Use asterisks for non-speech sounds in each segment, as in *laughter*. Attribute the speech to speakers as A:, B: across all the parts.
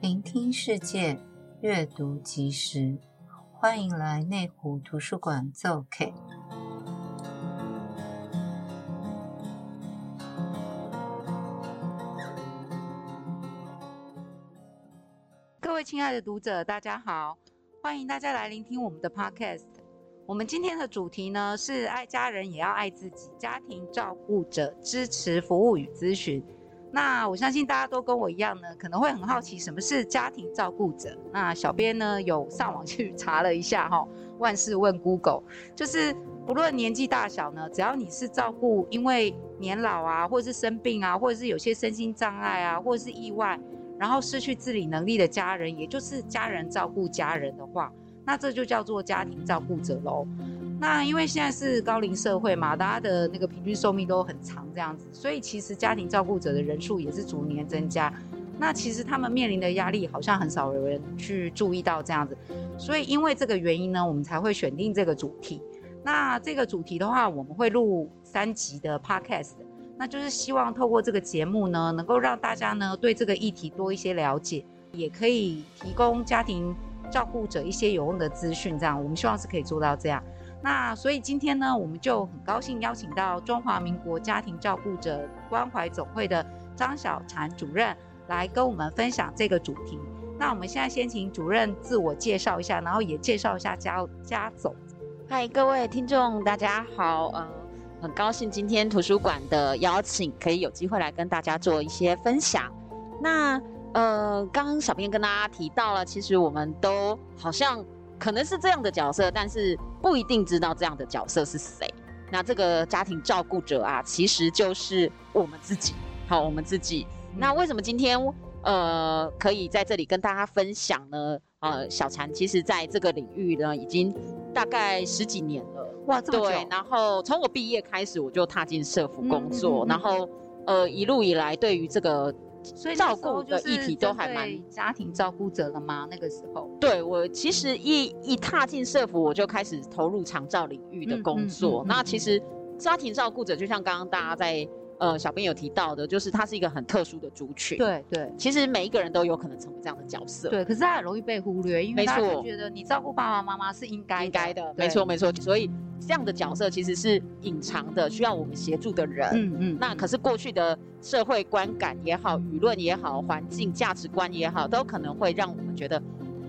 A: 聆听世界，阅读即时。欢迎来内湖图书馆奏 K。
B: 各位亲爱的读者，大家好，欢迎大家来聆听我们的 podcast。我们今天的主题呢是“爱家人也要爱自己”，家庭照顾者支持服务与咨询。那我相信大家都跟我一样呢，可能会很好奇什么是家庭照顾者。那小编呢有上网 *laughs* 去查了一下哈、万事问 Google，就是不论年纪大小呢，只要你是照顾因为年老啊，或者是生病啊，或者是有些身心障碍啊，或者是意外，然后失去自理能力的家人，也就是家人照顾家人的话，那这就叫做家庭照顾者喽。那因为现在是高龄社会嘛，大家的那个平均寿命都很长这样子，所以其实家庭照顾者的人数也是逐年增加。那其实他们面临的压力好像很少有人去注意到这样子，所以因为这个原因呢，我们才会选定这个主题。那这个主题的话，我们会录三集的 podcast，那就是希望透过这个节目呢，能够让大家呢对这个议题多一些了解，也可以提供家庭照顾者一些有用的资讯。这样，我们希望是可以做到这样。那所以今天呢，我们就很高兴邀请到中华民国家庭照顾者关怀总会的张小婵主任来跟我们分享这个主题。那我们现在先请主任自我介绍一下，然后也介绍一下家家总。
C: 嗨，各位听众，大家好，嗯、很高兴今天图书馆的邀请，可以有机会来跟大家做一些分享。那呃，刚刚小编跟大家提到了，其实我们都好像可能是这样的角色，但是不一定知道这样的角色是谁。那这个家庭照顾者啊，其实就是我们自己。好，我们自己。那为什么今天呃可以在这里跟大家分享呢？呃，小婵其实在这个领域呢，已经大概十几年了。
B: 哇，这么
C: 对，
B: 久，
C: 然后从我毕业开始，我就踏进社服工
B: 嗯嗯
C: 作，
B: 嗯嗯
C: 然后呃一路以来对于这个
B: 所以那
C: 照
B: 时候
C: 顾的
B: 就是
C: 议题都还蛮
B: 针对家庭照顾者了吗？那个时候，
C: 对我其实一一踏进社服，我就开始投入长照领域的工
B: 嗯
C: 作。
B: 嗯嗯嗯
C: 那其实家庭照顾者，就像刚刚大家在呃小编有提到的，就是它是一个很特殊的族群。，
B: 对对
C: 其实每一个人都有可能成为这样的角色。，
B: 对，可是他很容易被忽略，因为
C: 没
B: 大家
C: 错
B: 会觉得你照顾爸爸妈妈是应该
C: 应该的，
B: 对
C: 没错没错。所以这样的角色其实是隐藏的，需要我们协助的人。
B: 嗯嗯，
C: 那可是过去的社会观感也好、舆论也好、环境价值观也好，都可能会让我们觉得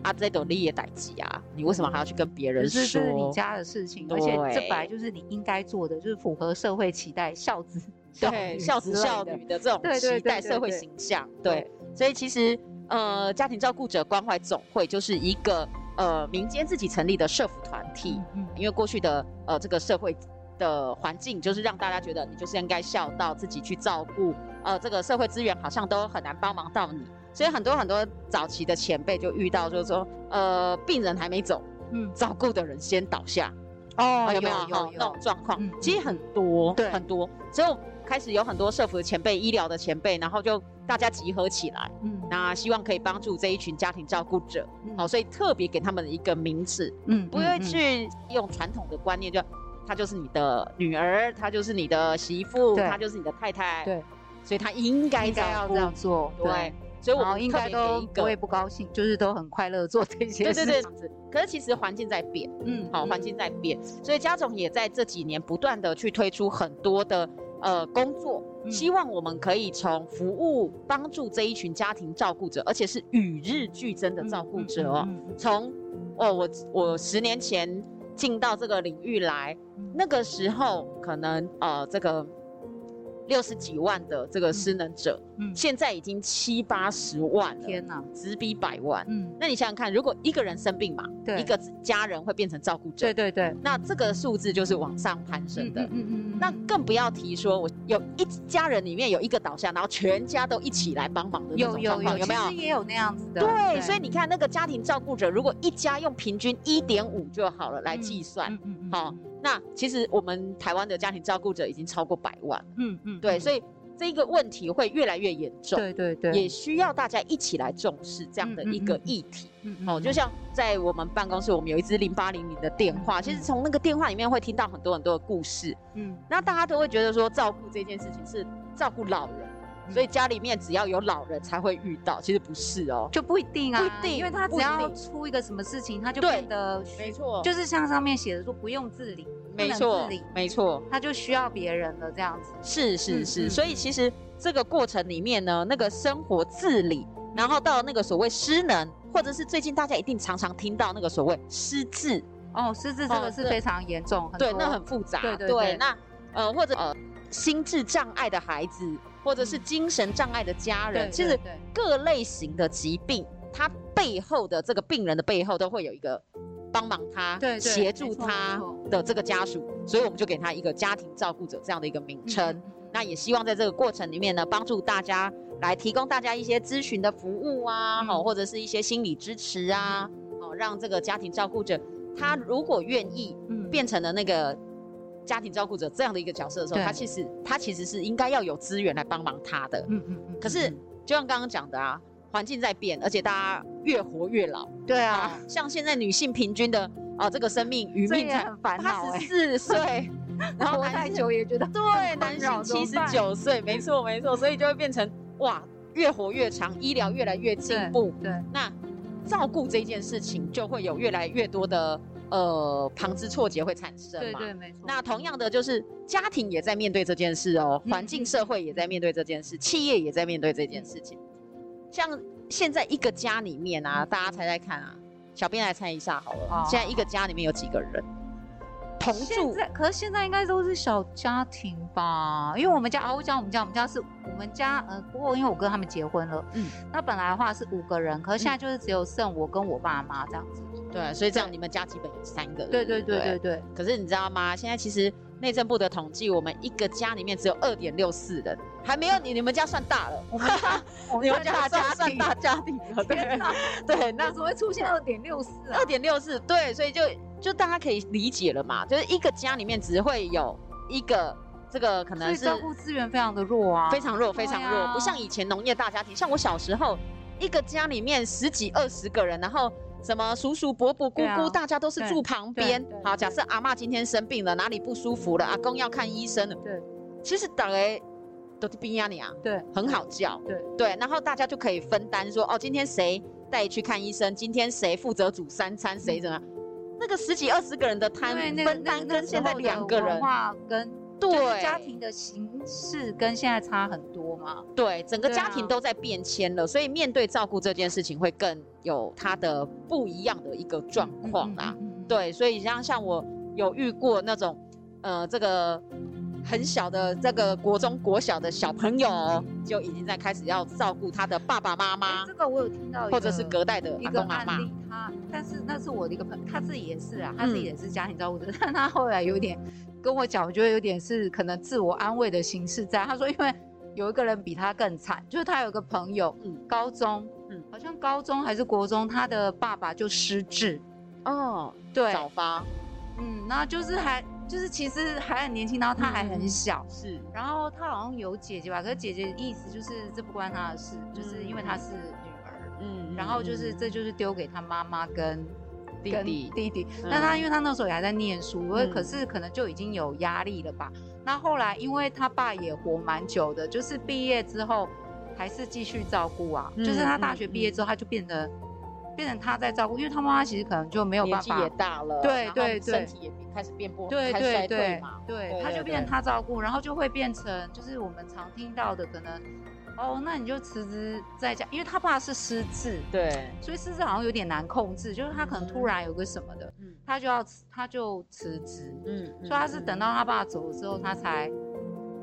C: 啊，这都利益代际啊，你为什么还要去跟别
B: 可
C: 人
B: 是这是你
C: 说？
B: 家的事情，而且这
C: 对
B: 本来就是你应该做的，就是符合社会期待，孝
C: *laughs*
B: 子孝
C: 对，
B: 女
C: 孝子
B: 之类
C: 孝
B: 的
C: 女的这种
B: 对对
C: 期
B: 对
C: 待
B: 对
C: 社会
B: 对
C: 形象，对，所以其实呃，家庭照顾者关怀总会就是一个呃民间自己成立的社服团体，
B: 嗯
C: 因为过去的呃这个社会的环境，就是让大家觉得你就是应该孝道，自己去照顾，呃，这个社会资源好像都很难帮忙到你，所以很多很多早期的前辈就遇到，就是说，呃，病人还没走，
B: 嗯
C: 照顾的人先倒下，
B: 哦
C: 啊有没有哈
B: 有
C: 那种状况
B: 嗯？
C: 其实很多，
B: 对
C: 很多，所以我开始有很多社服的前辈、医疗的前辈，然后就大家集合起来，
B: 嗯
C: 那希望可以帮助这一群家庭照顾者，好，所以特别给他们一个名字，
B: 嗯
C: 不会去用传统的观念，就她就是你的女儿，她就是你的媳妇，
B: 对
C: 她就是你的太太，
B: 对，
C: 所以她应该
B: 应
C: 这
B: 该
C: 样
B: 要
C: 这
B: 这样
C: 样，
B: 做，
C: 对，，所以我
B: 然后
C: 们
B: 应
C: 特
B: 该
C: 别给
B: 都
C: 一
B: 不会
C: 个，
B: 不高兴，就是都很快乐做这些
C: 对
B: 事，
C: 对对，这样子可是其实环境在变，
B: 嗯，
C: 好，环境在变，所以家总也在这几年不断的去推出很多的呃工作，
B: 嗯
C: 希望我们可以从服务帮助这一群家庭照顾者，而且是与日俱增的照顾者哦。
B: 嗯嗯嗯嗯
C: 从哦，我我十年前进到这个领域来，
B: 嗯
C: 那个时候可能呃这个六十几万的这个失能者，
B: 嗯
C: 现在已经七八十万了，
B: 天哪，
C: 直逼百万。
B: 嗯，
C: 那你想想看，如果一个人生病嘛，
B: 对
C: 一个家人会变成照顾者，
B: 对对对，
C: 那这个数字就是往上攀升的。
B: 嗯嗯
C: 那更不要提说，我有一家人里面有一个倒下，然后全家都一起来帮忙的那
B: 有
C: 种
B: 有
C: 状
B: 有，
C: 况，有没有
B: 其？实也有那样子的，
C: 对，所以你看那个家庭照顾者，如果一家用平均一点五就好了来
B: 嗯
C: 计算，
B: 嗯嗯嗯
C: 好那其实我们台湾的家庭照顾者已经超过百万，
B: 嗯嗯，
C: 对，所
B: 以
C: 以这个问题会越来越严重，
B: 对对对，
C: 也需要大家一起来重视这样的一个
B: 嗯嗯嗯嗯
C: 议题。
B: 嗯嗯
C: 哦，就像在我们办公室，我们有一支零八零零的电话，
B: 嗯
C: 其实从那个电话里面会听到很多很多的故事，
B: 嗯
C: 那大家都会觉得说照顾这件事情是照顾老人，所以
B: 嗯
C: 家里面只要有老人才会遇到，其实不是哦。
B: 就不一定啊，
C: 不一定
B: 因为他只
C: 不一
B: 要
C: 定
B: 出一个什么事情，他就
C: 对
B: 变得
C: 没错
B: 就是像上面写的说不用自理，不
C: 没
B: 能
C: 错
B: 自理，
C: 没错，
B: 他就需要别人了这样子。
C: 是是
B: 嗯
C: 是。
B: 嗯
C: 所以其实这个过程里面呢，那个生活自理，然后到那个所谓失能，或者是最近大家一定常常听到那个所谓失智，
B: 哦，失智这
C: 哦
B: 个是
C: 对
B: 非常严重，
C: 对，
B: 多
C: 那很复杂。
B: 对对对
C: 那呃，或者呃，心智障碍的孩子，或者是精神障碍的家人，
B: 对
C: 其
B: 对
C: 实
B: 对
C: 各类型的疾病，它背后的这个病人的背后都会有一个帮忙他、
B: 对对
C: 协助
B: 没错
C: 他
B: 没错
C: 的这个家属，所以我们就给他一个家庭照顾者这样的一个名
B: 嗯
C: 称。那也希望在这个过程里面呢，帮助大家来提供大家一些咨询的服务啊，好、
B: 嗯
C: 或者是一些心理支持啊，好、让这个家庭照顾者他如果愿意
B: 嗯
C: 变成了那个家庭照顾者这样的一个角色的时候，
B: 对
C: 他其实他其实是应该要有资源来帮忙他的。
B: 嗯嗯嗯，
C: 可是
B: 嗯
C: 就像刚刚讲的啊，环境在变，而且大家越活越老
B: 嗯对啊，，
C: *laughs* 像现在女性平均的啊这个生命余
B: 这
C: 命
B: 也
C: 才
B: 很烦恼
C: 八
B: 哎
C: 十，四
B: *laughs*
C: 岁， *laughs* 然后
B: 活
C: 男
B: 太
C: 性
B: 久也觉得
C: 对，
B: 很困
C: 男
B: 扰
C: 性
B: 怎么
C: 七十
B: 办
C: 九岁，没错没错，所以就会变成哇，越活越长，医疗越来越进
B: 对
C: 步，
B: 对
C: 那照顾这件事情就会有越来越多的呃旁枝错节会产生
B: 对
C: 嘛。
B: 对没错。
C: 那同样的，就是家庭也在面对这件事哦，
B: 嗯
C: 环境、社会也在面对这件事，企业也在面对这件事情。像现在一个家里面啊，大家猜猜看啊，小编来猜一下好了。
B: 哦
C: 现在一个家里面有几个人？同
B: 现
C: 住
B: 在可是现在应该都是小家庭吧，因为我们家，啊我讲我们家，我们家是我们家，呃，不过因为我哥他们结婚了，
C: 嗯
B: 嗯，那本来的话是五个人，可是现在就是只有剩我跟我爸妈这样子。
C: 对，所以这样你们家基本有三个人。
B: 对对对
C: 不
B: 对
C: *laughs*
B: 对，
C: 可是你知道吗？现在其实内政部的统计，我们一个家里面只有二点六四人，还没有你你们家算大了。我们
B: 我
C: 你们
B: 哦家
C: 家算算大家庭了，
B: 天
C: 对
B: 哪，
C: 对，那
B: 那怎么会出现二点六四
C: *laughs*
B: 啊
C: 二？点六四，对，所以就就大家可以理解了嘛，就是一个家里面只会有一个这个可
B: 所
C: 能
B: 以
C: 是
B: 照顾资源非常的弱啊，
C: 非常弱，非常弱，
B: 对啊
C: 不像以前农业大家庭，像我小时候一个家里面十几二十个人，然后。什么叔叔、伯伯、姑
B: 对啊
C: 姑，大家都是
B: 对
C: 住旁
B: 对
C: 边
B: 对。
C: 好，假设阿嬷今天生病了，哪里不舒服了，阿公要看医生了。
B: 对
C: 其实大家都是边呀你啊，
B: 对
C: 很好叫，
B: 对
C: 对，然后大家就可以分担说，哦，今天谁带去看医生，今天谁负责煮三餐，谁怎么样。那个十几二十个人的摊、
B: 因为嗯那个
C: 分
B: 那
C: 担
B: 个
C: 跟现在两个人，
B: 话跟就是
C: 对
B: 家庭的形式跟现在差很多嘛，
C: 对整个
B: 对
C: 家
B: 啊
C: 庭都在变迁了，所以面对照顾这件事情会更有它的不一样的一个状况啦。
B: 嗯，嗯嗯嗯
C: 对，所以像像我有遇过那种，呃，这个很小的这个国中国小的小朋友哦，就已经在开始要照顾他的爸爸妈
B: 哎
C: 妈
B: 这，个我有听到一个，
C: 或者是隔代的
B: 一
C: 阿
B: 个
C: 公阿
B: 案
C: 妈
B: 例。，他但是那是我的一个朋友，他自己也是啊，他
C: 嗯
B: 自己也是家庭照顾者， *laughs* 但他后来有点跟我讲，我觉得有点是可能自我安慰的形式在。他说，因为有一个人比他更惨，就是他有个朋友，
C: 嗯
B: 高中，
C: 嗯
B: 好像高中还是国中，他的爸爸就失智，
C: 哦，
B: 对，
C: 早发
B: 嗯，那就是还就是其实还很年轻，然后他还
C: 嗯嗯嗯
B: 很小。
C: 是
B: 然后他好像有姐姐吧，可是姐姐的意思就是这不关他的事，就是因为他是女儿，
C: 嗯
B: 然后就是这就是丢给他妈妈跟
C: 弟
B: 跟
C: 弟
B: 弟弟。
C: 嗯
B: 那他因为他那时候也还在念书，
C: 嗯
B: 可是可能就已经有压力了吧。那后来因为他爸也活蛮久的，就是毕业之后还是继续照顾啊。
C: 嗯
B: 就是他
C: 嗯
B: 大学毕业之后，他就变得、变成他在照顾，因为他妈妈其实可能就没有
C: 年
B: 办
C: 纪
B: 法。
C: 也大了，
B: 对
C: 然后
B: 对对
C: 身体也开始变不好，
B: 对
C: 开始
B: 对
C: 衰退
B: 对
C: 嘛，
B: 对
C: 对，
B: 他
C: 对
B: 就变成
C: 对
B: 他照顾，然后就会变成就是我们常听到的可能，哦，那你就辞职在家，因为他爸是失智，
C: 对，
B: 所以失智好像有点难控制，就是他可能突然有个什么的，
C: 嗯
B: 他就要辞他就辞职，
C: 嗯，
B: 所以他是等到他爸走了之后，他才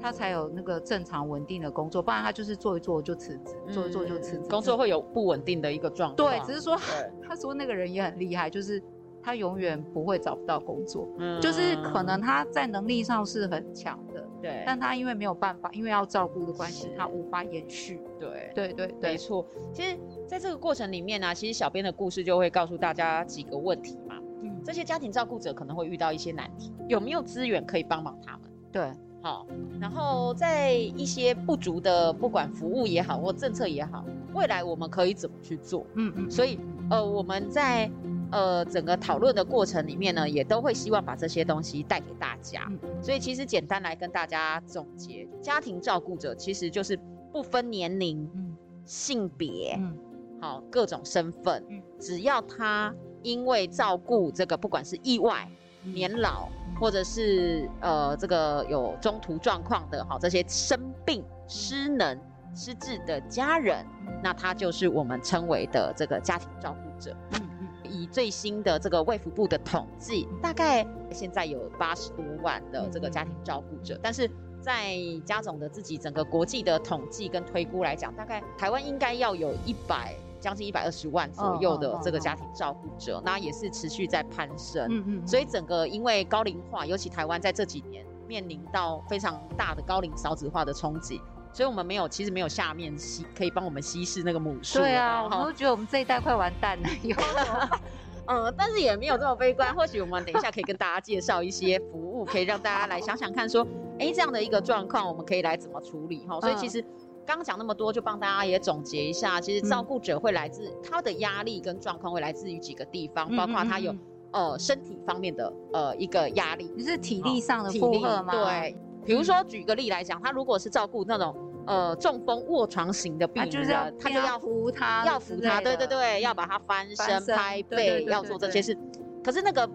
B: 他才有那个正常稳定的工作，不然他就是做一做就辞职，做一做就辞
C: 嗯
B: 职。
C: 工作会有不稳定的一个状况，
B: 对，只是说 *laughs*
C: 对
B: 他说那个人也很厉害，就是他永远不会找不到工作，
C: 嗯
B: 就是可能他在能力上是很强的，
C: 对，
B: 但他因为没有办法，因为要照顾的关系
C: 是，
B: 他无法延续。
C: 对。
B: 对对
C: 没
B: 对，
C: 错，其实在这个过程里面呢、其实小编的故事就会告诉大家几个问题嘛。
B: 嗯，
C: 这些家庭照顾者可能会遇到一些难题，有没有资源可以帮忙他们？
B: 对，
C: 好，然后在一些不足的，不管服务也好或政策也好，未来我们可以怎么去做？
B: 嗯嗯，
C: 所以，呃，我们在呃整个讨论的过程里面呢，也都会希望把这些东西带给大家。
B: 嗯
C: 所以，其实简单来跟大家总结，家庭照顾者其实就是不分年龄、
B: 嗯
C: 性别，
B: 嗯
C: 好各种身份，
B: 嗯
C: 只要他因为照顾这个，不管是意外、
B: 嗯
C: 年老，或者是呃这个有中途状况的，好这些生病、
B: 嗯
C: 失能、失智的家人，那他就是我们称为的这个家庭照顾者。
B: 嗯嗯
C: 以最新的这个卫福部的统计，大概现在有八十多万的这个家庭照顾
B: 嗯
C: 者，但是在家总的自己整个国际的统计跟推估来讲，大概台湾应该要有一百将近一百二十万左右
B: 嗯嗯
C: 的
B: 嗯
C: 这个
B: 嗯
C: 家庭照顾者，那也是持续在攀升。
B: 嗯嗯，
C: 所
B: 以
C: 以整个因为高龄化，尤其台湾在这几年面临到非常大的高龄少子化的冲击，所以我们没有其实没有下面稀可以帮我们稀释那个母数。
B: 对啊，我
C: 好
B: 们都觉得我们这一代快完蛋了，
C: *laughs*
B: 嗯以后怎么办
C: 呃，但是也没有这么悲观。或许我们等一下可以跟大家介绍一些服务，可以让大家来想想看，说，哎，这样的一个状况，我们可以来怎么处理哈。所以其
B: 嗯
C: 实刚刚讲那么多，就帮大家也总结一下，其实照顾者会来自、他的压力跟状况会来自于几个地方，包括他有
B: 嗯嗯嗯
C: 呃身体方面的呃一个压力，
B: 你是体力上的
C: 哦体
B: 嗯负
C: 力
B: 荷吗？
C: 对，，比如说举个例来讲，他如果是照顾那种呃中风卧床型的
B: 啊，
C: 病人，
B: 就是要
C: 他就要
B: 扶他，
C: 要扶他，对对对，要把他翻
B: 嗯翻
C: 身、
B: 身
C: 拍
B: 对对
C: 背，
B: 对
C: 要
B: 对
C: 做这
B: 对
C: 些事。可是那个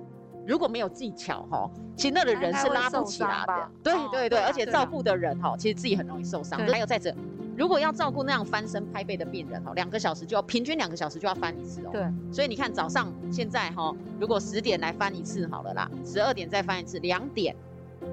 C: 如果没有技巧哈，其实那个
B: 那
C: 人
B: 他
C: 是
B: 会
C: 拉
B: 受
C: 不起
B: 伤
C: 来
B: 吧
C: 的。对
B: 哦
C: 对
B: 对
C: 对，
B: 啊
C: 而且
B: 对
C: 照
B: 啊
C: 顾的人哈，其实自己很容易受伤。
B: 对
C: 还有再者，如果要照顾那样翻身拍背的病人哈，两个小时就要平均两个小时就要翻一次哦。
B: 对，
C: 所以你看早上现在哈，如果十点来翻一次好了啦，十二点再翻一次，两点。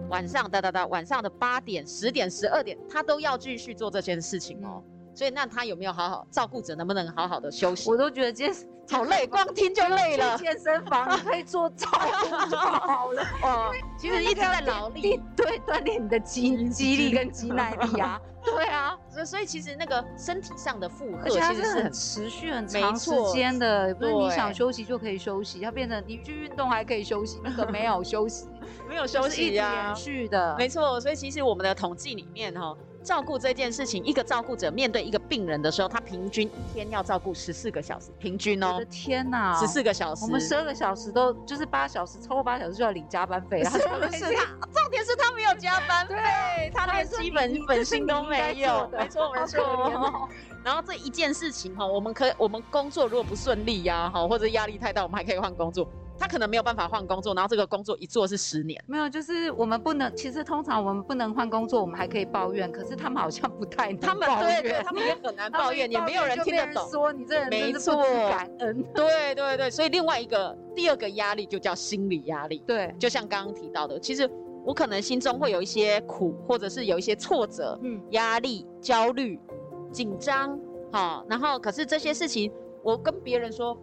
C: 晚上哒哒哒，晚上的八点、十点、十二点，他都要继续做这件事情哦。所以，那他有没有好好照顾者，能不能好好的休
B: 嗯
C: 息
B: 我？都觉得今天
C: 好累，光听就 *laughs* 累了
B: 去。健身房你可以做照顾就好
C: *laughs*
B: 了，
C: 哦，其实一直在劳
B: 因为
C: 力，
B: 那个要练，对，锻炼你的肌肌力跟肌耐力
C: *laughs*
B: 啊，对啊，
C: 所以所以其实那个身体上的负荷
B: 而且它
C: 其实
B: 是
C: 是
B: 很
C: 很
B: 持续、很
C: 没
B: 长时
C: 错
B: 间的，不是
C: 对
B: 你想休息就可以休息，它变成你去运动还可以休息，
C: *laughs*
B: 那个没有休息，
C: 没有
B: 就
C: 休
B: 是一直
C: 息呀、
B: 延续的，
C: 没错，所以其实我们的统计里面哈、哦，照顾这件事情，一个照顾者面对一个病人的时候，他平均一天要照顾十四个小时，平均
B: 我
C: 哦
B: 的，天哪，
C: 十四个小时。
B: 我们十二个小时都就是八小时，超过八小时就要领加班费啊了，
C: *laughs* 是
B: *laughs* 他说
C: 不是他？重点是他没有加班费，他
B: 还
C: 连
B: 说
C: 基
B: 你
C: 本
B: 你这
C: 本
B: 是
C: 薪
B: 你
C: 都
B: 应该
C: 没有
B: 做。的
C: 没错，没
B: 好
C: 错
B: 可。怜 *laughs* 哦
C: 然后这一件事情哈，我们可我们工作如果不顺利呀、哈，或者压力太大，我们还可以换工作。他可能没有办法换工作，然后这个工作一做是十年，
B: 没有，就是我们不能，其实通常我们不能换工作，我们还可以抱怨，可是他们好像不太能
C: *laughs* 他们
B: 抱
C: 对
B: 怨，
C: 对，他们也很难
B: 他们
C: 抱
B: 一
C: 怨，也没有人
B: 就
C: 听
B: 被
C: 得懂。
B: 说你这人
C: 没
B: 真是不知
C: 错
B: 感恩，
C: 对对对，所以另外一个 *laughs* 第二个压力就叫心理压力，
B: 对，
C: 就像刚刚提到的，其实我可能心中会有一些苦，或者是有一些挫折，
B: 嗯。
C: 压力、焦虑、紧张，哈、然后可是这些事情，我跟别人说，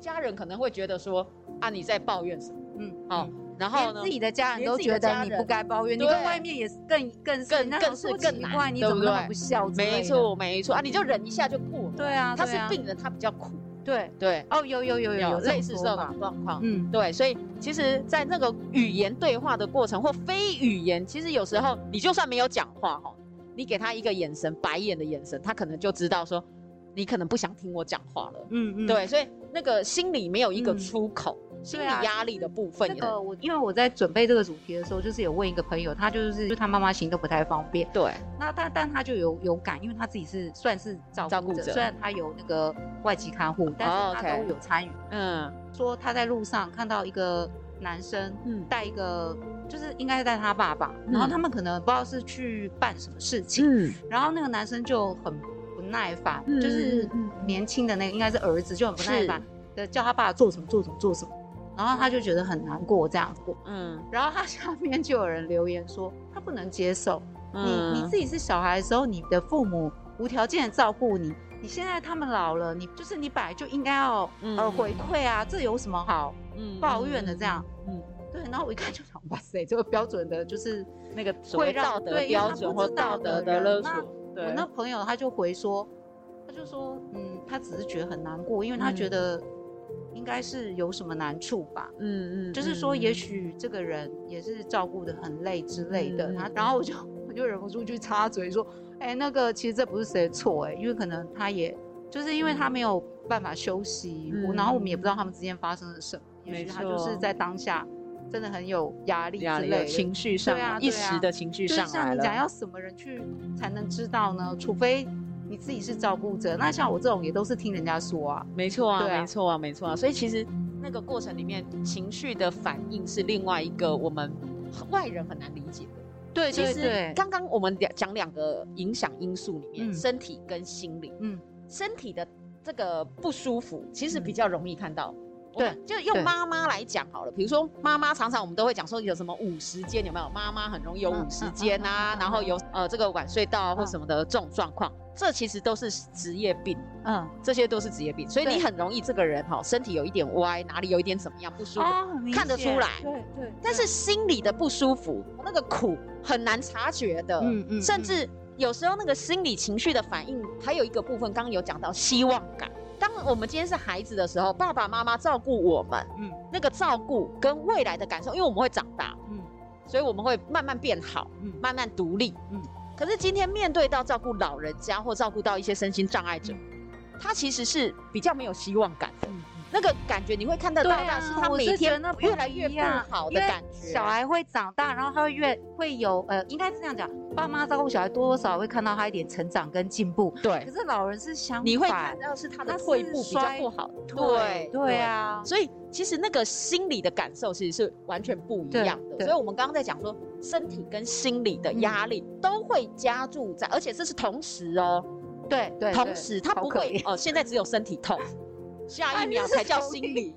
C: 家人可能会觉得说啊你在抱怨什么，
B: 嗯，
C: 好
B: 嗯，
C: 然后
B: 连
C: 呢
B: 自，己的家人
C: 连
B: 都
C: 自己
B: 觉
C: 的家
B: 得你
C: 人
B: 不该抱怨，你
C: 对
B: 跟外面也是更更是
C: 更
B: 那
C: 更
B: 种
C: 是
B: 说
C: 更
B: 奇
C: 难
B: 怪，你
C: 对
B: 怎
C: 不
B: 么那么
C: 对
B: 不孝？
C: 没错，没错啊，你就忍一下就过了。
B: 对啊，
C: 他
B: 对
C: 是
B: 啊
C: 病人，他比较苦，
B: 对，
C: 对，
B: 哦，有有有有
C: 类似
B: 这
C: 这
B: 种说
C: 种
B: 法，
C: 状况。
B: 嗯，
C: 对，所以其实，在那个语言对话的过程或非语言，其实有时候你就算没有讲话哈，你给他一个眼神，白眼的眼神，他可能就知道说，你可能不想听我讲话了。
B: 嗯嗯，
C: 对，所以那个心里没有一个
B: 嗯
C: 出口，心理
B: 对啊
C: 压力的部分
B: 那
C: 也很
B: 个我，因为我在准备这个主题的时候，就是有问一个朋友，他就是就他妈妈行动不太方便，
C: 对，
B: 那但但他就有有感，因为他自己是算是照
C: 照
B: 顾
C: 顾
B: 者，
C: 者
B: 虽然他有那个外籍看护，
C: 哦
B: 但是他
C: ，OK
B: 都有参与。
C: 嗯
B: 说他在路上看到一个男生
C: 嗯
B: 带一个，就是应该是带他爸爸，然后
C: 嗯
B: 他们可能不知道是去办什么事情，
C: 嗯
B: 然后那个男生就很不耐烦，就是
C: 嗯嗯嗯
B: 年轻的那个应该是儿子就很不耐烦的叫他爸爸做什么做什么做什么，然后他就觉得很难过这样子，
C: 嗯
B: 然后他下面就有人留言说他不能接受，
C: 嗯
B: 你你自
C: 己
B: 己是小孩的时候，你的父母无条件的照顾你，你现在他们老了，你就是你本来就应该要、呃
C: 嗯
B: 回馈啊，这有什么好抱怨的这样？
C: 嗯，
B: 对，然后我一看就想，哇塞，这个标准的就是
C: 那个所
B: 会
C: 谓
B: 让
C: 道德
B: 对因为
C: 标
B: 他
C: 准
B: 不
C: 或
B: 知
C: 道
B: 道
C: 德
B: 的
C: 的
B: 人
C: 勒索
B: 那，
C: 对
B: 我那朋友他就回说，他就说，嗯，他只是觉得很难过，因为他觉
C: 嗯
B: 得应该是有什么难处吧，
C: 嗯嗯，
B: 就是说，也
C: 嗯
B: 许这个人也是照顾的很累之类的。
C: 嗯
B: 他然后我就我就忍不住去插嘴说：“哎、那个其实这不是谁的错哎、因为可能他也就是因为
C: 嗯
B: 他没有办法休息，我然后我们也不知道他们之间发生了什么，也
C: 没
B: 许他就是
C: 错
B: 在当下真的很有压力之
C: 压
B: 类
C: 力
B: 的
C: 有啊情绪上
B: 对啊
C: 来，
B: 对
C: 一
B: 啊
C: 时的情绪
B: 就是
C: 上来
B: 像你讲，
C: 了。
B: 要什么人去才能知道呢？除非你自己是照顾者。那像我这种也都是听人家说啊。
C: 没错啊，
B: 对啊
C: 没错啊，没错啊。所以其实那个过程里面，情绪的反应是另外一个我们外人很难理解的。
B: 对
C: 其
B: 对
C: 实
B: 对，
C: 刚刚我们讲讲两个影响因素里面，
B: 嗯
C: 身体跟心理。
B: 嗯，
C: 身体的这个不舒服，其实
B: 嗯
C: 比较容易看到。我
B: 对
C: 们就用
B: 对
C: 妈妈来讲好了。比如说，妈妈常常我们都会讲说有什么午时间，有没有？妈妈很容易有午时间
B: 嗯嗯嗯
C: 啊，
B: 嗯嗯
C: 然后有呃这个晚睡到啊或
B: 嗯
C: 什么的这种状况，这其实都是职业病，
B: 嗯，
C: 这些都是职业病。所以你
B: 对
C: 很容易这个人哈、身体有一点歪，哪里有一点怎么样不舒服，
B: 哦，很明
C: 看得
B: 显
C: 出来
B: 对对。
C: 但是心里的不舒服，那个苦很难察觉的。
B: 嗯嗯
C: 甚至有时候那个心理情绪的反应，还有一个部分，刚刚有讲到希望感。当我们今天是孩子的时候，爸爸妈妈照顾我们，
B: 嗯
C: 那个照顾跟未来的感受，因为我们会长大，
B: 嗯
C: 所以我们会慢慢变好，
B: 嗯
C: 慢慢独立。
B: 嗯
C: 可是今天面对到照顾老人家或照顾到一些身心障碍者，他其实是比较没有希望感的。
B: 嗯
C: 那个感觉你会看得到
B: 对
C: 的，
B: 啊
C: 是他
B: 我
C: 每
B: 是觉
C: 天
B: 得那不
C: 越来越
B: 一
C: 不
B: 样
C: 好
B: 因
C: 的
B: 为
C: 感觉。
B: 小孩会长大，然后他会越会有呃，应该是这样讲，爸妈照顾小孩多多少少会看到他一点成长跟进步。可
C: 对，
B: 是老人是相反，
C: 你会看到是他的
B: 他是
C: 退步比较
B: 衰
C: 不好。
B: 对对啊，
C: 所以其实那个心理的感受其实是完全不一样的。
B: 对嗯对
C: 所以我们刚刚在讲说，身体跟心理的压力都会加注在，而且这是同时哦，
B: 对对，
C: 同
B: 对
C: 时它
B: 好
C: 不
B: 可
C: 会
B: 怜
C: 哦、现在只有身体
B: *laughs*
C: 痛，下
B: 啊
C: 一
B: 你
C: 秒
B: 是
C: 才叫
B: 同
C: 心
B: 意
C: 理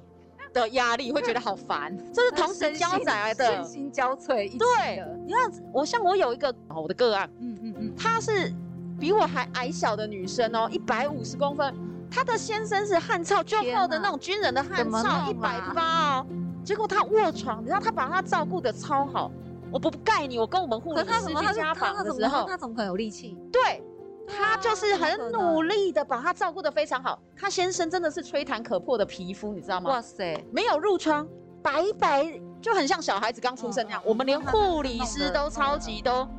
C: 的压力，会觉得
B: *laughs*
C: 好烦，这是
B: 那
C: 同时
B: 身
C: 交
B: 心
C: 杂
B: 身
C: 的。
B: 心交瘁一起
C: 对
B: 的，
C: 你看我像我有一个哦我的个案，
B: 嗯嗯嗯，
C: 她是比我还矮小的女生哦，一百五十公分。她的先生是汉超，就
B: 天
C: 后的
B: 哪
C: 那种军人的
B: 怎
C: 汉
B: 么
C: 超，一
B: 弄
C: 百
B: 啊
C: 八哦。结果她卧床，你知道她把她照顾的超好。我不盖你，我跟我们护
B: 可
C: 理
B: 是他
C: 师
B: 怎么他
C: 去
B: 是他
C: 家访
B: 他
C: 的
B: 怎
C: 时
B: 么
C: 候，
B: 他怎么可能有力气？
C: 对
B: 对
C: 她
B: 啊
C: 就是
B: 怎么
C: 很
B: 可能
C: 努力的把她照顾的非常好。她先生真的是吹弹可破的皮肤，你知道吗
B: 哇？塞，
C: 没有褥疮，白白就很像小孩子刚出生那样。
B: 嗯嗯
C: 我们连
B: 嗯那真的是
C: 护理师
B: 弄得
C: 都超级都
B: 哦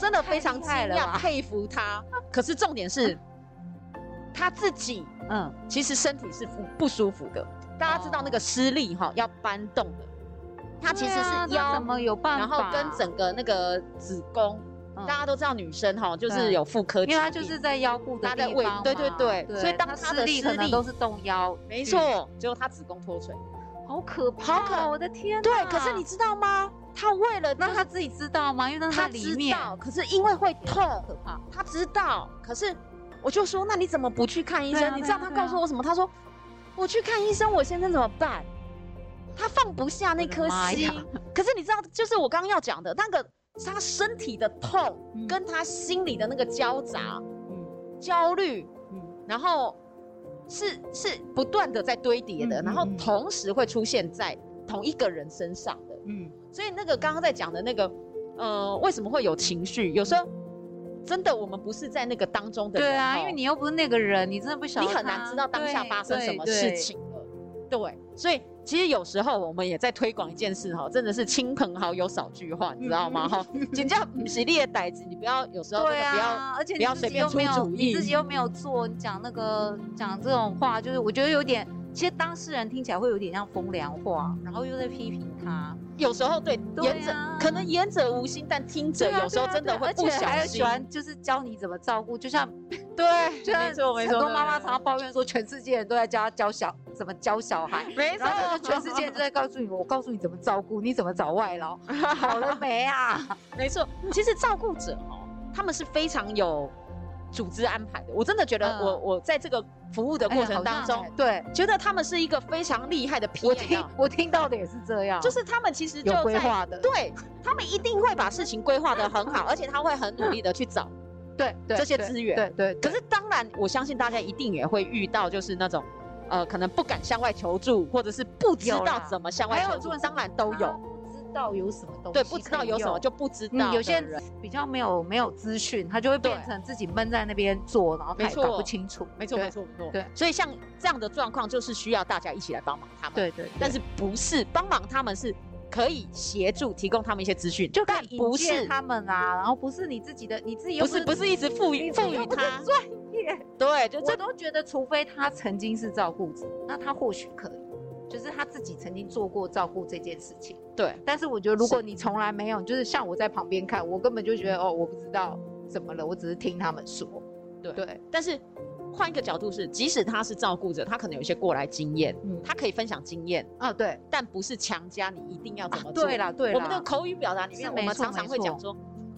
C: 真的非常惊
B: 太厉害了
C: 讶，
B: 吧
C: 佩服他。可是重点是，他自己
B: 嗯，
C: 其实身体是不不舒服的。大家知道那个失力哈、要搬动的，他其实
B: 对啊
C: 是
B: 那
C: 腰
B: 怎，么有办
C: 然
B: 法？
C: 后跟整个那个子宫，
B: 嗯
C: 大家都知道女生哈、就是
B: 对
C: 有妇科疾
B: 因
C: 病，
B: 为他就是在腰部的
C: 他
B: 地
C: 的
B: 方
C: 胃
B: 嘛
C: 对对对所以当他
B: 他
C: 的
B: 力
C: 施
B: 可能
C: 力
B: 都是动腰，嗯
C: 没，错，结果她子宫脱垂。
B: 好可怕，
C: 好可
B: 我的天，
C: 对，可是你。知道吗？她为了
B: 啊那他自己知道吗？因为那是
C: 他
B: 在里
C: 知
B: 面，
C: 道，可是因为会痛，
B: 可怕。
C: 他知道，可是我就说，那你怎么不去看医生？
B: 对啊
C: 你知道
B: 对
C: 他
B: 啊
C: 告诉我什么？他说我去看医生，我先生怎么办？他放不下那颗
B: 我的妈
C: 心
B: 哎呀。
C: 可是你知道，就是我刚刚要讲的那个，他身体的痛
B: 嗯
C: 跟他心里的那个交杂、
B: 嗯
C: 焦虑，
B: 嗯，
C: 然后是是不断的在堆叠
B: 嗯
C: 的，
B: 嗯
C: 然后
B: 嗯
C: 同时会出现在同一个人身上的。
B: 嗯，
C: 所以那个刚刚在讲的那个，呃，为什么会有情绪？有时候真的我们不是在那个当中的人
B: 对啊，
C: 哦
B: 因为你又不是那个人，你真的不晓
C: 你
B: 得
C: 很难
B: 他
C: 知道当下
B: 对
C: 发生
B: 对
C: 什么
B: 对
C: 事情了。对所以其实有时候我们也在推广一件事哈，真的是亲朋好友少句话，你知道吗？哈，请教不是你的代志，你不要有时候
B: 嗯
C: 真
B: 对
C: 的不要。
B: 啊，而且
C: 不
B: 你
C: 要
B: 自
C: 随
B: 己又没
C: 便出
B: 有
C: 主意
B: 你自己又没有做，你讲那个讲这种话，就是我觉得有点，其实当事人听起来会有点像风凉话，然后又在批评他，
C: 有时候对
B: 对
C: 言者
B: 啊
C: 可能言者无心，但听者
B: 对啊
C: 有时候
B: 对啊
C: 真的
B: 对啊
C: 会不
B: 而且还
C: 小
B: 有
C: 心
B: 喜。欢就是教你怎么照顾，就像
C: 对，啊
B: 就像
C: 没错没
B: 很
C: 错。
B: 多妈妈
C: 对
B: 常常抱怨说，全世界人都在教她教小怎么教小孩，
C: *laughs* 没错
B: 然，后就全世界都在告诉你，我告诉你怎么照顾，你怎么找外
C: *laughs*
B: 劳，好了没啊？
C: 没错，其实照顾者哦，他们是非常有组织安排的。我真的觉得
B: 嗯
C: 我，我、在这个服务的过程当中，
B: 哎呀好像哎对
C: 觉得他们是一个非常厉害的 P
B: 我听我听到的也是这样，
C: 就是他们其实就
B: 有
C: 在
B: 规划的，
C: 对他们一定会把事情规划得很好，而且他会很努力的去找。
B: 对对
C: 这些
B: 对
C: 资源
B: 对对，
C: 可是当然，我相信大家一定也会遇到，就是那种。呃，可能不敢向外求助，或者是不知
B: 有
C: 道
B: 啦
C: 怎么向外
B: 还有
C: 求
B: 很
C: 助
B: 多，人
C: 当然都
B: 他
C: 有。
B: 不知道有什么东西，
C: 对，不知道有什么。就不知道的人、
B: 嗯，有些人比较没有没有资讯，他就会变
C: 对
B: 成自己闷在那边做，然后他
C: 没
B: 也
C: 错
B: 搞不清楚。
C: 没错，
B: 对
C: 没错，没错。
B: 对，
C: 所以像这样的状况，就是需要大家一起来帮忙他们。，
B: 对对，
C: 但是不是帮忙他们是可以协助提供他们一些资讯，
B: 就
C: 但
B: 看
C: 不是
B: 他们啊，然后不是你自己的，你自己又
C: 不是不是一直赋予
B: 你
C: 赋
B: 又
C: 予
B: 不是
C: 他，
B: 专业，
C: 对，就
B: 我
C: 这
B: 都觉得，除非他曾经是照顾者，那他或许可以。就是他自己曾经做过照顾这件事情。
C: 对，
B: 但是我觉得，如果你从来没有，就是像我在旁边看，我根本就觉得哦，我不知道怎么了，我只是听他们说。
C: 对
B: 对，
C: 但是换一个角度是，即使他是照顾者，他可能有一些过来经验，
B: 嗯，
C: 他可以分享经验，
B: 啊，对，
C: 但不是强加你一定要怎么
B: 啊
C: 做。
B: 对啦，对啦，
C: 我们的口语表达里
B: 是
C: 面，我
B: 没
C: 们
B: 错
C: 常常
B: 没
C: 会讲说，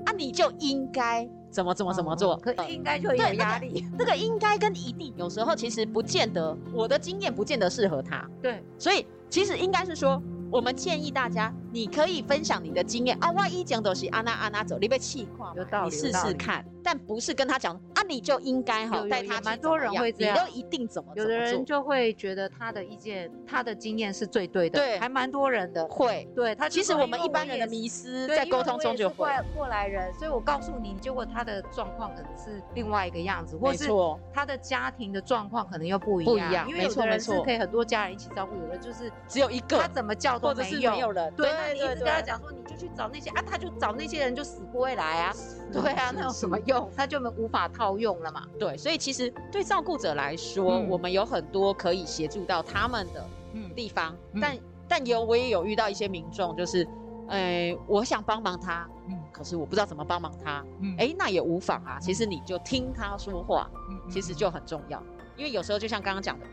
C: 啊，你就应该怎么怎么怎么做
B: 嗯。可
C: 呃
B: 应该就有
C: 对那个
B: 压力。
C: 那个应该跟一定，有时候其实不见得，我的经验不见得适合他，
B: 对，
C: 所以其实应该是说，我们建议大家，你可以分享你的经验啊，万一讲都是啊那啊那走，你被气垮嘛，
B: 有道理
C: 你试
B: 有道
C: 试
B: 理
C: 看，但不是跟他讲啊，你就应该哈
B: 有有
C: 带他
B: 有蛮
C: 去怎么
B: 多人
C: 样
B: 会这样
C: 你都一定怎么
B: 有
C: 怎
B: 的
C: 么
B: 人
C: 做，
B: 就会觉得他的意见、他的经验是最对的，
C: 对
B: 还蛮多人的。
C: 会。
B: 对他就
C: 其实
B: 说
C: 我
B: 因
C: 们
B: 为
C: 一般人
B: 也
C: 的
B: 是
C: 迷失
B: 对
C: 在
B: 因
C: 沟
B: 为
C: 通
B: 我
C: 中
B: 也
C: 就是会，
B: 过来过来人，所以我告诉你，结果他的状况可能是另外一个样子，或
C: 没
B: 是
C: 错，
B: 他的家庭的状况可能又不一
C: 不一
B: 样，
C: 样
B: 因为
C: 没
B: 有
C: 错
B: 的
C: 没
B: 人是
C: 错
B: 可以很多家人一起照顾，有的就是
C: 只有一个
B: 他怎么叫都
C: 或者是没有人，
B: 对，那你一直
C: 对
B: 跟他，讲说，你就去找那些啊，他就找那些人就死不会来
C: *laughs*
B: 啊，对啊，那有什么用？他就没无法套用了嘛。
C: 对，所以其实对照顾者来说，
B: 嗯
C: 我们有很多可以协助到他们的
B: 嗯，
C: 地方，
B: 嗯
C: 但但有我也有遇到一些民众，就是，哎、我想帮忙他，
B: 嗯
C: 可是我不知道怎么帮忙他，
B: 嗯
C: 哎、那也无妨啊。其实你就听他说话，
B: 嗯
C: 其实就很重要，因为有时候就像刚刚讲的，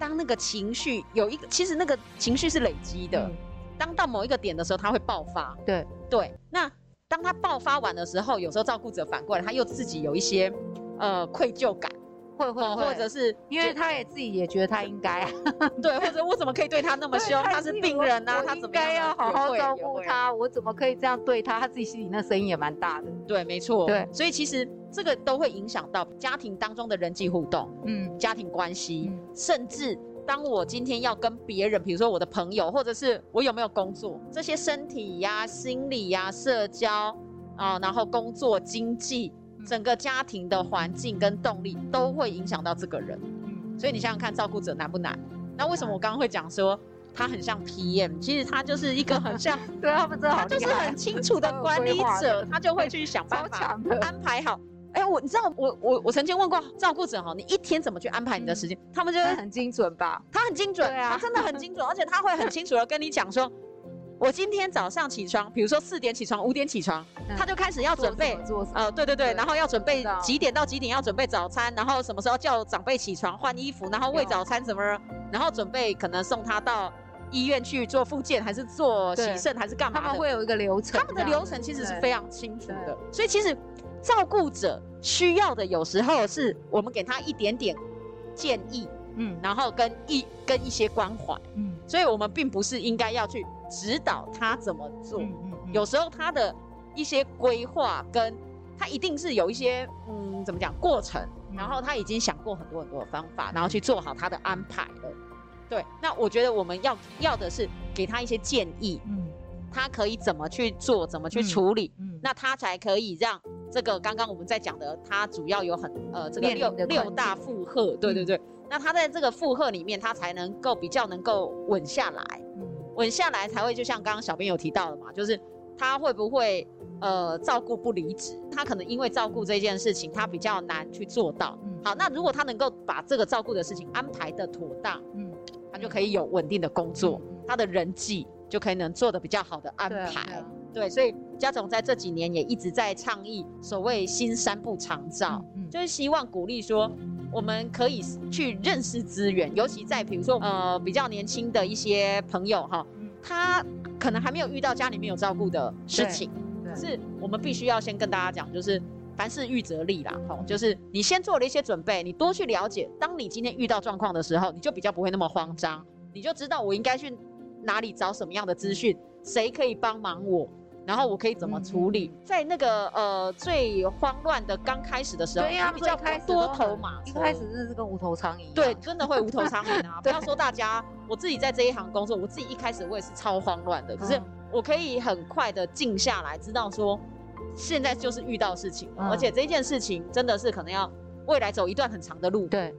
C: 当那个情绪有一个，其实那个情绪是累积的，
B: 嗯
C: 当到某一个点的时候，它会爆发。
B: 对
C: 对，那当他爆发完的时候，有时候照顾者反过来，他又自己有一些呃愧疚感，
B: 会会
C: 哦
B: 会，
C: 或者是
B: 因为他也自己也觉得他应该啊，
C: 对，或者我怎么可以对他那么
B: 对
C: 凶？
B: 他
C: 他
B: 也
C: 是
B: 自己
C: 病
B: 我
C: 人
B: *laughs*
C: 啊，
B: 我
C: 他
B: 应
C: 怎么
B: 该
C: 样
B: 要好
C: 啊也
B: 好
C: 会
B: 照
C: 也
B: 顾
C: 会
B: 他，我怎么可以这样对他？他自己心里那声音也蛮大的。
C: 对，没错。
B: 对
C: 所以其实这个都会影响到家庭当中的人际互动、
B: 嗯，
C: 家庭关系，
B: 嗯
C: 甚至当我今天要跟别人，比如说我的朋友，或者是我有没有工作，这些身体呀、心理呀、社交啊、然后工作、经济，整个家庭的环境跟动力都会影响到这个人。所以你想想看，照顾者难不难？那为什么我刚刚会讲说他很像 PM？其实他就是一个
B: *laughs*
C: 很像，
B: 对啊他们真的
C: 嗯他
B: 好
C: 就
B: 厉
C: 是
B: 害
C: 很，清楚的管理者，
B: *laughs*
C: 他就会去想
B: 超
C: 办法
B: 强的。
C: 安排好。哎、我你知道我我我曾经问过照顾者哈，你一天怎么去安排你的时间？他们就
B: 他
C: 是
B: 很精准吧？
C: 他很精
B: 嗯
C: 准，
B: 哎对啊
C: 他真的很精
B: *laughs*
C: 准，而且他会很清楚的跟你讲说，我今天早上起床，比如说四点起床，五点起床，
B: 嗯
C: 他就开始要准备
B: 做什么做什么？
C: 呃，对对对，
B: 对
C: 然后要准备
B: 知道
C: 几点到几点要准备早餐，然后什么时候叫长辈起床换衣服，然后喂
B: 对
C: 早餐什么，然后准备可能送他到医院去做复健，还是做洗
B: 对
C: 肾，还是干
B: 他
C: 嘛
B: 们
C: 的？
B: 会有一个流程，
C: 他们的流程其实是
B: 对
C: 非常清楚的，所以其实照顾者需要的有时候是我们给他一点点建议，
B: 嗯
C: 然后跟一跟一些关怀，
B: 嗯
C: 所以我们并不是应该要去指导他怎么做，
B: 嗯
C: 有时候他的一些规划跟他一定是有一些嗯，怎么讲过程，然后他已经想过很多很多的方法，然后去做好他的安排了。对，那我觉得我们要要的是给他一些建议，
B: 嗯
C: 他可以怎么去做，怎么去
B: 嗯
C: 处理，
B: 嗯
C: 那他才可以让这个刚刚我们在讲的，他主要有很呃这个
B: 面临
C: 六
B: 的
C: 六
B: 困
C: 大负荷，对对对。那他在这个负荷里面，他才能够比较能够稳下来，稳下来才会就像刚刚小编有提到的嘛，就是他会不会呃照顾不离职，他可能因为照顾这件事情，他比较难去做到。
B: 嗯
C: 好，那如果他能够把这个照顾的事情安排的妥当，
B: 嗯
C: 他就可以有稳定的工作，
B: 嗯嗯
C: 他的人际就可以能做的比较好的安
B: 对啊对
C: 排
B: 啊。
C: 对，所以家总在这几年也一直在倡议所谓“新三不长照”，
B: 嗯
C: 就是希望鼓励说，我们可以去认识资源，尤其在比如说呃比较年轻的一些朋友哈，
B: 嗯
C: 他可能还没有遇到家里面有照顾的事
B: 对
C: 情，
B: 对
C: 可是我们必须要先跟大家讲，就是。凡事预则立啦，吼，就是你先做了一些准备，你多去了解。当你今天遇到状况的时候，你就比较不会那么慌张，你就知道我应该去哪里找什么样的资讯，谁可以帮忙我，然后我可以怎么处
B: 嗯
C: 理。在那个呃最慌乱的刚开始的时候，
B: 对呀，
C: 你比较
B: 最开
C: 不
B: 始
C: 多
B: 都
C: 头
B: 很
C: 马车，
B: 一开始真的是跟无头苍蝇一样，
C: 对，真的会无头苍蝇
B: *laughs*
C: 啊！不
B: 对
C: 要说大家，我自己在这一行工作，我自己一开始我也是超慌乱的，可是
B: 嗯
C: 我可以很快的静下来，知道说现在就是遇到事情了，
B: 嗯
C: 而且这件事情真的是可能要未来走一段很长的路，
B: 对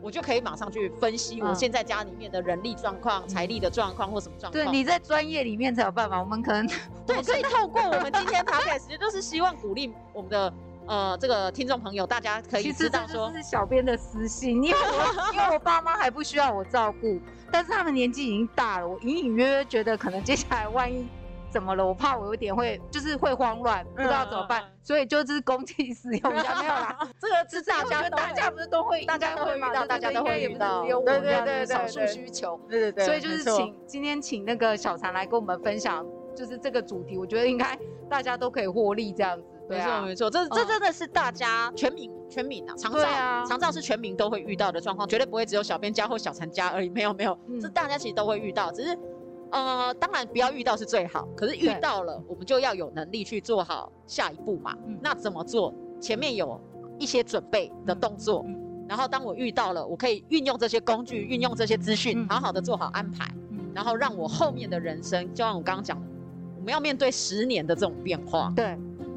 C: 我就可以马上去分析我
B: 嗯
C: 现在家里面的人力状况、财力的状况或什么状况。
B: 对，你在专业里面才有办法，我们可能
C: 对，所以透过我们今天 podcast，其实就是希望鼓励我们的呃这个听众朋友，大家可以
B: 其实
C: 知
B: 这
C: 道
B: 就
C: 说，
B: 是小编的私
C: *laughs*
B: 心，因为我因为我爸妈还不需要我照顾，但是他们年纪已经大了，我隐隐约约觉得可能接下来万一怎么了，我怕我有点会就是会慌乱，不知道怎么办，
C: 嗯嗯
B: 所以就是公器私
C: *laughs*
B: 用，一下没有啦。
C: 这个是大
B: 因为我觉
C: 家
B: 得
C: 都
B: 大家不是都会，
C: 大家
B: 应
C: 都
B: 该
C: 会遇到
B: 嘛
C: 大家
B: 对不
C: 都
B: 对
C: 会
B: 应该也不
C: 遇
B: 是
C: 到
B: 只有我
C: 对
B: 们这样
C: 对
B: 子
C: 对
B: 少
C: 对
B: 数
C: 对
B: 需求，
C: 对对对
B: 所以就是
C: 没错
B: 请今天请那个小婵来跟我们分享，就是这个主题，我觉得应该大家都可以获利这样子，对
C: 没错
B: 啊，
C: 没错，这这
B: 嗯
C: 真的是大家全民全民啊，长照
B: 对啊
C: 长照是全民都会遇到的状况，绝对不会只有小编家或小陈家而已，没有没有，
B: 嗯
C: 这大家其实都会遇到，只是呃，当然不要遇到是最好，可是遇
B: 对
C: 到了，我们就要有能力去做好下一步嘛。
B: 嗯
C: 那怎么做？前面有一些准备的动作，
B: 嗯
C: 然后当我遇到了，我可以运用这些工具，运用这些资讯，
B: 嗯
C: 好好的做好安排，
B: 嗯
C: 然后让我后面的人生，就像我刚刚讲的，我们要面对十年的这种变化。
B: 对，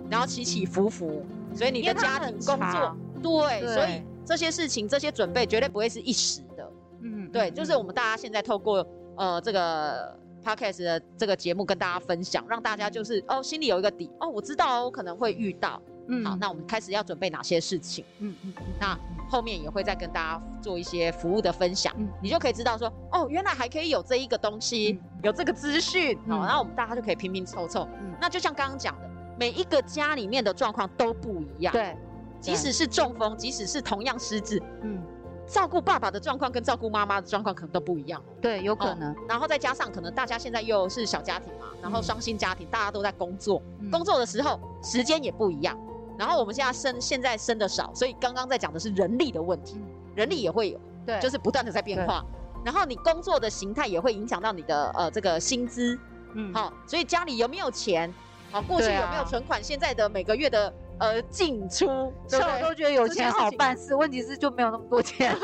C: 然后起起伏伏，所以你
B: 因为
C: 的
B: 它
C: 家
B: 很
C: 庭、工作
B: 长，
C: 对，
B: 对
C: 所以这些事情、这些准备绝对不会是一时的。
B: 嗯
C: 对，就是我们大家现在透过呃这个 podcast 的这个节目跟大家分享，让大家就是哦心里有一个底，哦我知道哦我可能会遇到，
B: 嗯
C: 好，那我们开始要准备哪些事情，
B: 嗯嗯嗯
C: 那后面也会再跟大家做一些服务的分享。
B: 嗯
C: 你就可以知道说，哦，原来还可以有这一个东西，有这个资讯，好、
B: 嗯
C: 然后我们大家就可以拼拼凑凑。
B: 嗯
C: 那就像刚刚讲的，每一个家里面的状况都不一样，，
B: 对，
C: 即使是中风，即使是同样失智，
B: 嗯
C: 照顾爸爸的状况跟照顾妈妈的状况可能都不一样。
B: 对，有可
C: 哦
B: 能
C: 然后再加上可能大家现在又是小家庭嘛，
B: 嗯
C: 然后双薪家庭，大家都在工作，工
B: 作
C: 作的时候时间也不一样。然后我们现在生现在生的少，所以刚刚在讲的是人力的问题
B: 嗯，
C: 人力也会有。
B: 对
C: 就是不断的在变化。然后你工作的形态也会影响到你的呃这个薪资，
B: 嗯
C: 好、所以家里有没有钱，好、过去
B: 对啊
C: 有没有存款，现在的每个月的呃进出，对
B: 像
C: 不
B: 我
C: 对？
B: 都觉得有
C: 这
B: 钱
C: 件事
B: 好
C: 情
B: 办事，问题是就没有那么多钱。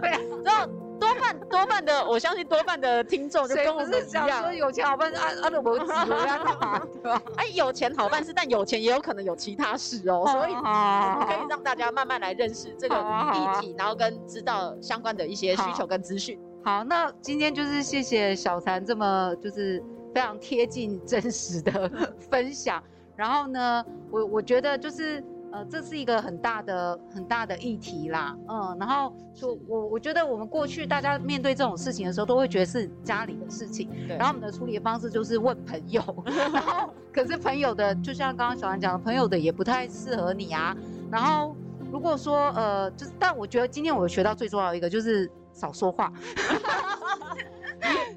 B: 对啊，
C: 然后多半多半的，我相信多半的听众就
B: 谁
C: 跟
B: 不
C: *laughs* 我
B: 是
C: 们一
B: 想说
C: 样，
B: 有钱好办事，按按着我指我要干嘛，对吧？
C: 哎，有钱好办事，但有钱也有可能有其他事哦，
B: *laughs*
C: 所以。
B: 好
C: *laughs* 我
B: 啊
C: 们可以让大家慢慢来认识这个
B: 好啊好啊
C: 议题，然后跟知道相关的一些需
B: 好
C: 求跟资讯。
B: 好，那今天就是谢谢小婵这么就是非常贴近真实的
C: *laughs*
B: 分享。然后呢，我我觉得就是呃，这是一个很大的很大的议题啦，嗯。然后说
C: 是，
B: 我我觉得我们过去大家面对这种事情的时候，都会觉得是家里的事情，
C: 对
B: 然后我们的处理方式就是问朋
C: *laughs*
B: 友，然后可是朋友的，就像刚刚小安讲的，朋友的也不太适合你啊。然后如果说呃，就是，但我觉得今天我学到最重要的一个就是少说话，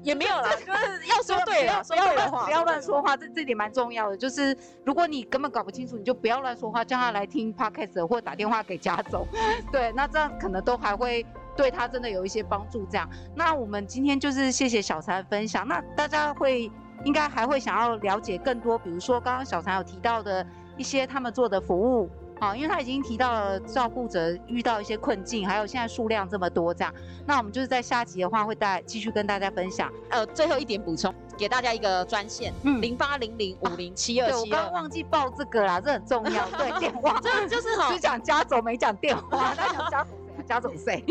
C: 也没
B: *laughs*
C: 有啦，就是要说对了，
B: 不
C: 说
B: 要
C: 对
B: 不要
C: 了
B: 乱
C: 话，
B: 不要乱
C: 对了
B: 说话，这这点蛮重要的。就是如果你根本搞不清楚，你就不要乱说话，叫他来听 podcast 或打电话给家总， *laughs* 对，那这样可能都还会。对他真的有一些帮助，这样。那我们今天就是谢谢小婵分享。那大家会应该还会想要了解更多，比如说刚刚小婵有提到的一些他们做的服务，好，因为他已经提到了照顾者遇到一些困境，还有现在数量这么多这样。那我们就是在下集的话会带继续跟大家分享。
C: 呃，最后一点补充，给大家一个专线，
B: 嗯
C: 零八零零五零七二
B: 对，我
C: 七
B: 刚刚
C: 二，
B: 忘记报这个啦，这很重要。 *laughs* 对，电话，
C: 这就是哈
B: 只，讲家总没讲电话，他讲家总谁啊？家总谁？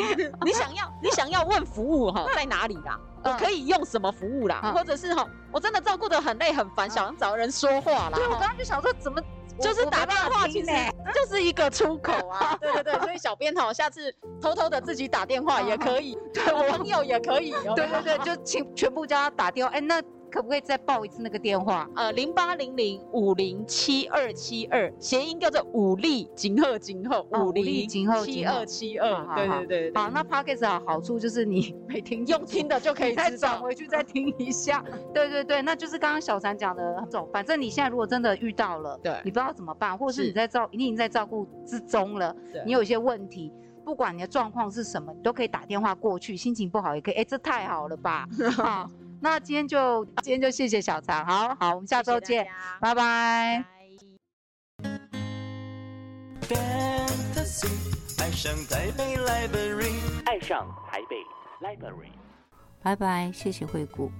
C: 你想要你想要问服务哈在哪里啦？我
B: 嗯
C: 可以用什么服务啦
B: 嗯？
C: 或者是哈，我真的照顾得很累很烦，想找人说话啦
B: *laughs* 对，我刚
C: 哈，
B: 刚就想说怎么
C: 就是打电话
B: 去
C: 其实
B: 呢？
C: 就是一个出口啊，嗯 *laughs* 对对对，所以小编哈，下次偷偷的自己打电话也可以，对我朋友也可以，有没
B: 对
C: 有
B: 对对，就请全部叫他打电话。哎，那可不可以再报一次那个电话？
C: 呃，零八零零五零七二七二，谐音叫做五力今后今后，
B: 哦
C: 五
B: 五力
C: 力
B: 今后
C: 七
B: 今后
C: 二七
B: 好好
C: 二，对
B: 好
C: 对对对，
B: 好，那 podcast 的好处就是你没听
C: 用听的就可以
B: 再
C: 知
B: 转
C: 道。
B: 回去再听一下。对对对，那就是刚刚小婵讲的，总反正你现在如果真的遇到了，
C: 对
B: 你不知道怎么办，或者是你
C: 是
B: 在照，你已经在照顾之中了
C: 对，
B: 你有一些问题。不管你的状况是什么，你都可以打电话过去。心情不好也可以，哎，这太好了吧！好，那今天就今天就谢谢小婵，好好，我们下周见，拜拜。
D: Fantasy，爱上台北 Library。
E: 爱上台北 Library。
A: 拜拜，谢谢惠顾。